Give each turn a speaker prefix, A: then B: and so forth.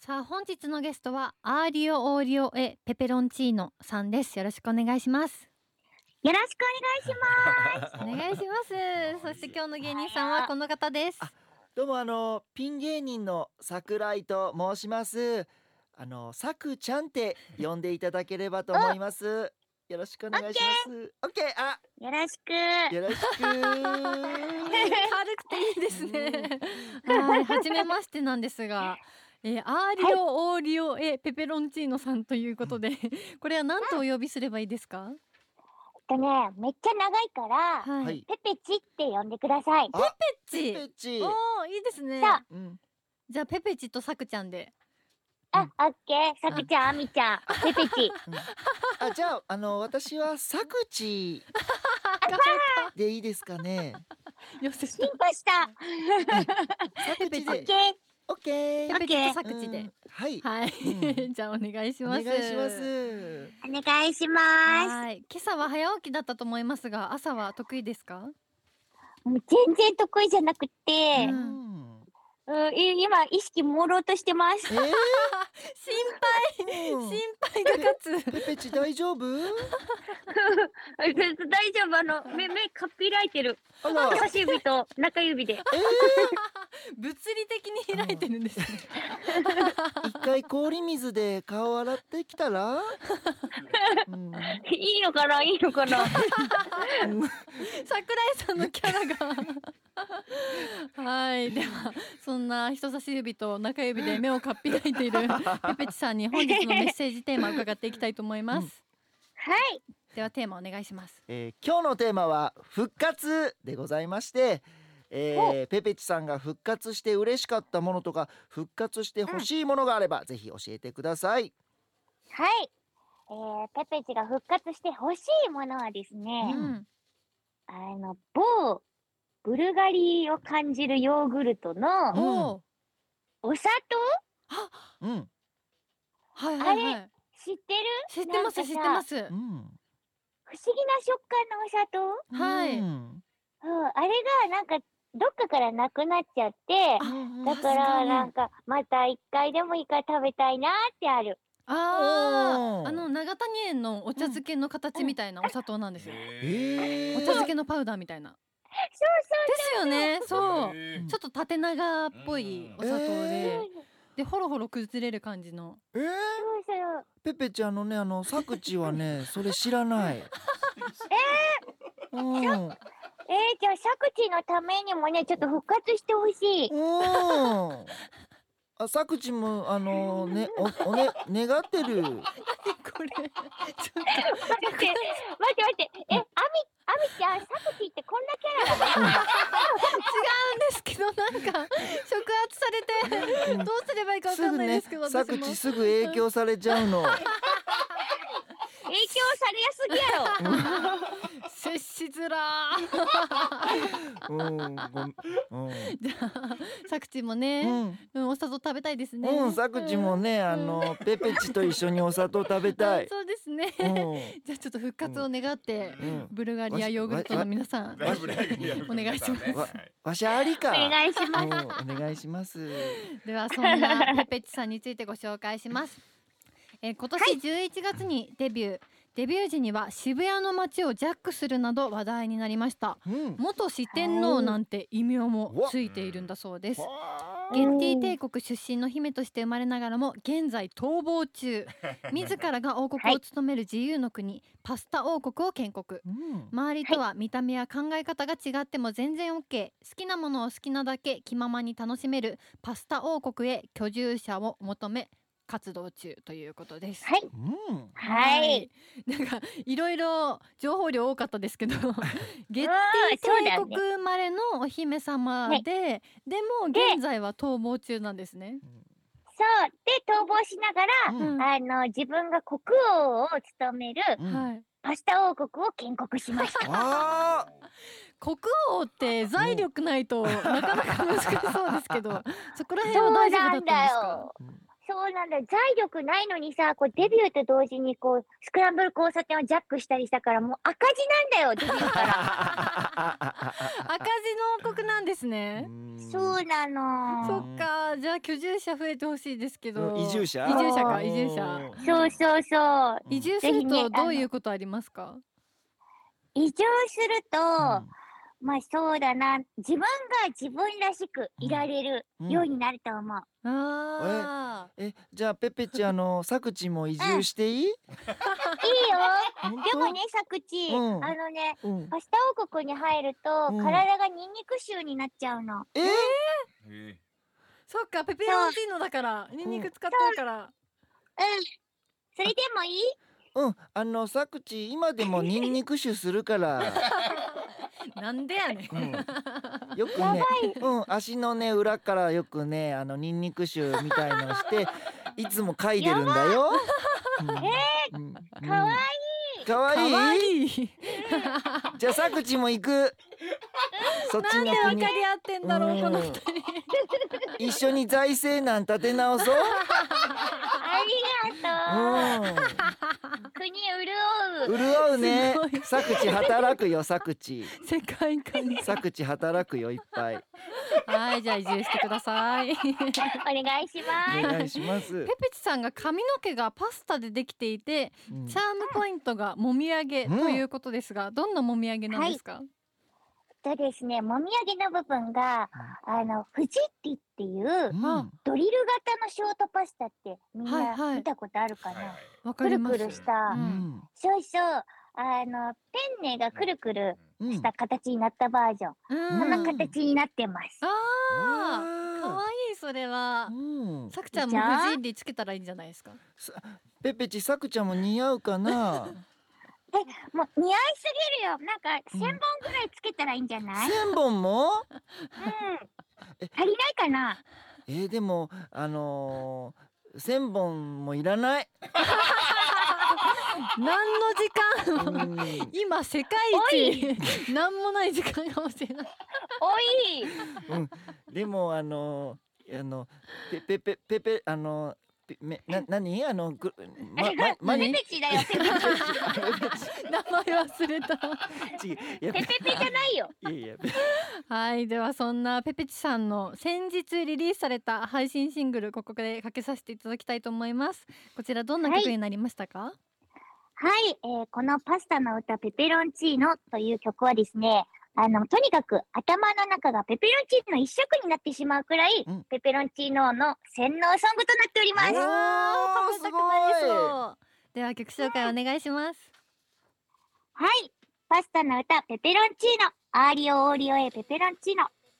A: さあ本日のゲストはアーリオオーリオエペペロンチーノさんですよろしくお願いします
B: よろしくお願いし
A: お願いし ますそして今日の芸人さんはこの方です
C: あどうもあのピン芸人の桜井と申します。あのさくちゃんって呼んでいただければと思います。よろしくお願いします。オッケー、あ、
B: ます。よろしく。
C: よろしく。
A: 軽くていいですね はい初めましてなんですがえー、アーリオオーリオエペペロンチーノさんということでこれは何とお呼びすればいいですか
B: えっとね、めっちゃ長いから、
A: は
C: はい。
B: ペペチって呼んでください。
C: あ
A: ペッチ
C: ペチ
A: お。おいいですね
B: さ
C: うん。
A: じゃあペペチとサクちゃんで
B: あ、オッケー。さくちゃん、あみちゃん、ペ ペチ。
C: あ、じゃああの私はさくちでいいですかね。
A: よせ
B: 進歩した。
C: さくち
B: オッ
C: で
B: ケ。ー。
C: オッケ
A: ペ
C: ー。
A: ペチとサクチ
C: う
A: で
C: んはい。
A: はい、
C: う
A: じゃあお願いし
C: お
A: ま
C: 願
A: す
C: いします。
B: お願いしま
A: はい今朝は早起きだったと思いますが朝は得意ですか
B: す。もう全然得意じゃなくて
A: う、
C: うんん
B: うん、い今意識朦朧としてます。
C: えー
A: 心
C: うん
A: 心配が勝つ
C: ペペチ大丈夫？
B: 大丈夫、あの、目、目かっぴらいてる。
C: あら。
B: 人差し指と中指で。
C: えー
A: 物理的に開いてるんですね、
C: 一回氷水で顔洗ってき たら、うん、
B: いいのかないいの かな
A: 桜井さんのキャラがはいではそんな人差し指と中指 で目をかっぴらいているペペチさんに本日のメッセージテーマを伺っていきたいと思います、
B: はい。
A: ではテーマお願いします
C: えー今日のテーマは復活でございまして、えーペペチさんが復活して嬉しかったものとか復活して欲しいものがあれば、ぜひ教えてください。
B: はい。えー、ペペチが復活してほしいものはですね、
A: うん
B: あの、某、ブルガリを感じるヨーグルト
C: うん
B: の
A: おお
B: お砂糖
C: うん、
A: はいはいはい
B: 知ってる
A: 知ってます知ってます
C: うん、
B: 不思議な食感のお砂糖
A: はい
C: うん
B: うん、あれがなんか、どっかからなくなっちゃって、
C: うん
B: だか
A: 確からに
B: なんか、また一回でもいいから食べたいなーってある。
A: あ
C: お
A: あ
C: ー
A: あの長谷園のお茶漬けの形みたいなお砂糖なんですよ、
C: え
A: お茶
C: ー
A: 漬けのパウダーみたいなですよねそう
C: うん
A: ちょっと縦長っぽいお砂糖
B: そう
A: で
B: そう
A: でほろほろ崩れる感じの
C: えー、
B: そうそう。
C: ペペちゃんのねあのサクチはねそれ知 らない。えー、うん。
B: えー、じゃあ、サクチのためにもね、ちょっと復活してほ しい。
C: うん。 あ、さくちも、あのね、お、おね、願っ てる。
A: これちょっ
B: 待って、待って、待って、え、アミ、アミちゃん、サクチってこんなキャラな
A: と違
B: の。
A: うんですけどなんか触発されてどうすればいいかわ
C: す
A: かん
C: ぐ
A: ないで
C: ね
A: すけど、
C: さ
A: 私
C: く
A: も
C: ちすぐ影響されちゃ うの。
B: 影響されやすぎやろ。
A: 接しづらー
C: うん、ご
A: じゃあさくちもね、
C: うん、
A: うん、お砂糖食べたいですね
C: うん、うん、さくちもね、あの、ペペチと一緒にお砂糖食べた
A: あ
C: い。
A: そうですね、
C: うん、
A: じゃあちょっと復活を願って、
C: うん、
A: ブルガリアヨーグルトの皆さ ん
D: だいぶラグにやる
A: お願いします
D: ね
C: わわしありか。
B: お願いします。
C: うんお願いします。
A: ではそんなペペッチさんについてご紹介します、えー今年11月にデビュー、デビュー時には渋谷の街をジャックするなど話題になりました
C: うん。
A: 元四天王なんて異名もついているんだそうです
B: うん
A: ゲンティ帝国出身の姫として生まれながらも現在逃亡中自らが王国を務める自由の国、パスタ王国を建国
C: うん。
A: 周りとは見た目や考え方が違っても全然 OK 好きなものを好きなだけ気ままに楽しめるパスタ王国へ居住者を求め活動中ということです。
B: はい、
C: うん。
B: はい。
A: なんかいろいろ情報量多かったです けど月
B: そうだ
A: 帝
B: ね
A: 国生まれのお姫様で、でも現在は逃亡中なんですね。
B: そう、で、逃亡しなが
C: う
B: ら、
C: ん。
B: あの、自分が国王を務める
C: うん
A: はい、
B: パスタ王国を建国しま した。
C: あ
A: 国王って財 力ないとなかなか難しそうですけどそこら辺は大丈夫だったんですか
B: そそうなんだよ財力ないのにさこうデビューと同時にこうスクランブル交差点をジャックしたりしたからもう赤字なんだよデビューから
A: 赤字の王国なんですね。
B: そうなの
A: そっか、じゃあ居住者増えてほしいですけど。
C: 移住者
A: 移住者か、移住者。
B: そうそうそう
A: 移住するとどういうことありますか。
B: 移住すると、まあそうだな自分が自分らしくいられる
C: うん
B: ようになると思う、
A: ああ。
C: えじゃあペペちゃんあ のさくちも移住していい
B: いいよ
C: 本
B: で
C: 当
B: もねさくち、
C: うん
B: あのね
C: うん
B: パスタ王国に入ると、
C: うん
B: 体がニンニク臭になっちゃうの
C: え
D: え
A: そっか、ペペロンチーノだから、ニンニク使ってるから。
B: うんそれでもいい
C: うんあのさくち今でもニンニク臭す るから、
A: なんでやねん。
C: うん、よくねうん足のね裏からよくねあのニンニク臭みたいの していつも嗅いでるんだよ。え
B: かわい
C: いかわ
A: かわ
C: いい
A: いい。
C: じゃあさくちも 行くそっち
A: なんで
C: の
A: 分
C: 国
A: かり合ってんだろう、この二人。
C: 一緒に財政難立て直 そう。
B: あり
C: う
B: がとう、
C: ん
B: 国潤う
C: 潤うね
A: すごい。
C: さくち働くよ、さくち。
A: 世界観に。
C: さくち働くよ、いっぱい。
A: はい、じゃあ移住してくださ い。
B: お願いし
C: お
B: ます
C: 願いします
A: ペ。ペチさんが髪の毛がパスタでできていて、
C: うん
A: チャームポイントがもみあげ
C: うん
A: ということですが、どんなもみあげなんですか、
B: とですねもみあげの部分があのフジッティっていう
C: うん
A: あ
B: ドリル型のショートパスタってみん
A: はい
B: な
A: はい
B: 見たことあるか
D: は
B: な、
D: いはい
A: わか
B: く
A: り
B: る
A: ま
B: く
A: す
B: るした、
C: うん
B: そうそうあのペンネがくるくる
C: うん
B: した形になったバージョン、
A: うん
B: こんな
A: あ
B: 形になってます、
A: あーか
C: わ
A: わいいそれは
C: ーうん
A: さくちゃんも無人理つけたらいいんじゃないですか
C: さペペチ、さくちゃんも似合うかな。
B: もう似合いすぎるよなんか千本ぐらいつけたらいいんじゃない、うん、
C: 千本も。
B: 足りないかな
C: えー、でも、あのー、千本もいらない。
A: 何の時
C: う
A: 間
C: ん
A: 今世界一何もない時間かもしれない
B: おい
C: でも、あのー、あの、ペペペペペ、あのー。ペめな何あのぐままま
B: ペ
C: に
B: ペチだよペペ
A: 名前忘れた
C: 違ういや
B: ペペペじゃないよ
C: いやいや
A: はいではそんなペペチさんの先日リリースされた配信シングルここでかけさせていただきたいと思いますこちらどんな曲になりましたか、
B: はい、えーこのパスタの歌ペペロンチーノという曲はですね、あの、とにかく頭の中がペペロンチーノ一色になってしまうくらい、
C: うん
B: ペペロンチーノの洗脳ソングとなっておりま
C: う
B: す。
C: わ
B: は
A: あー食べたくなりそうでは曲紹介お願いします
B: い、パスタの歌ペペロンチーノ、アーリオオーリオエペペロンチーノ、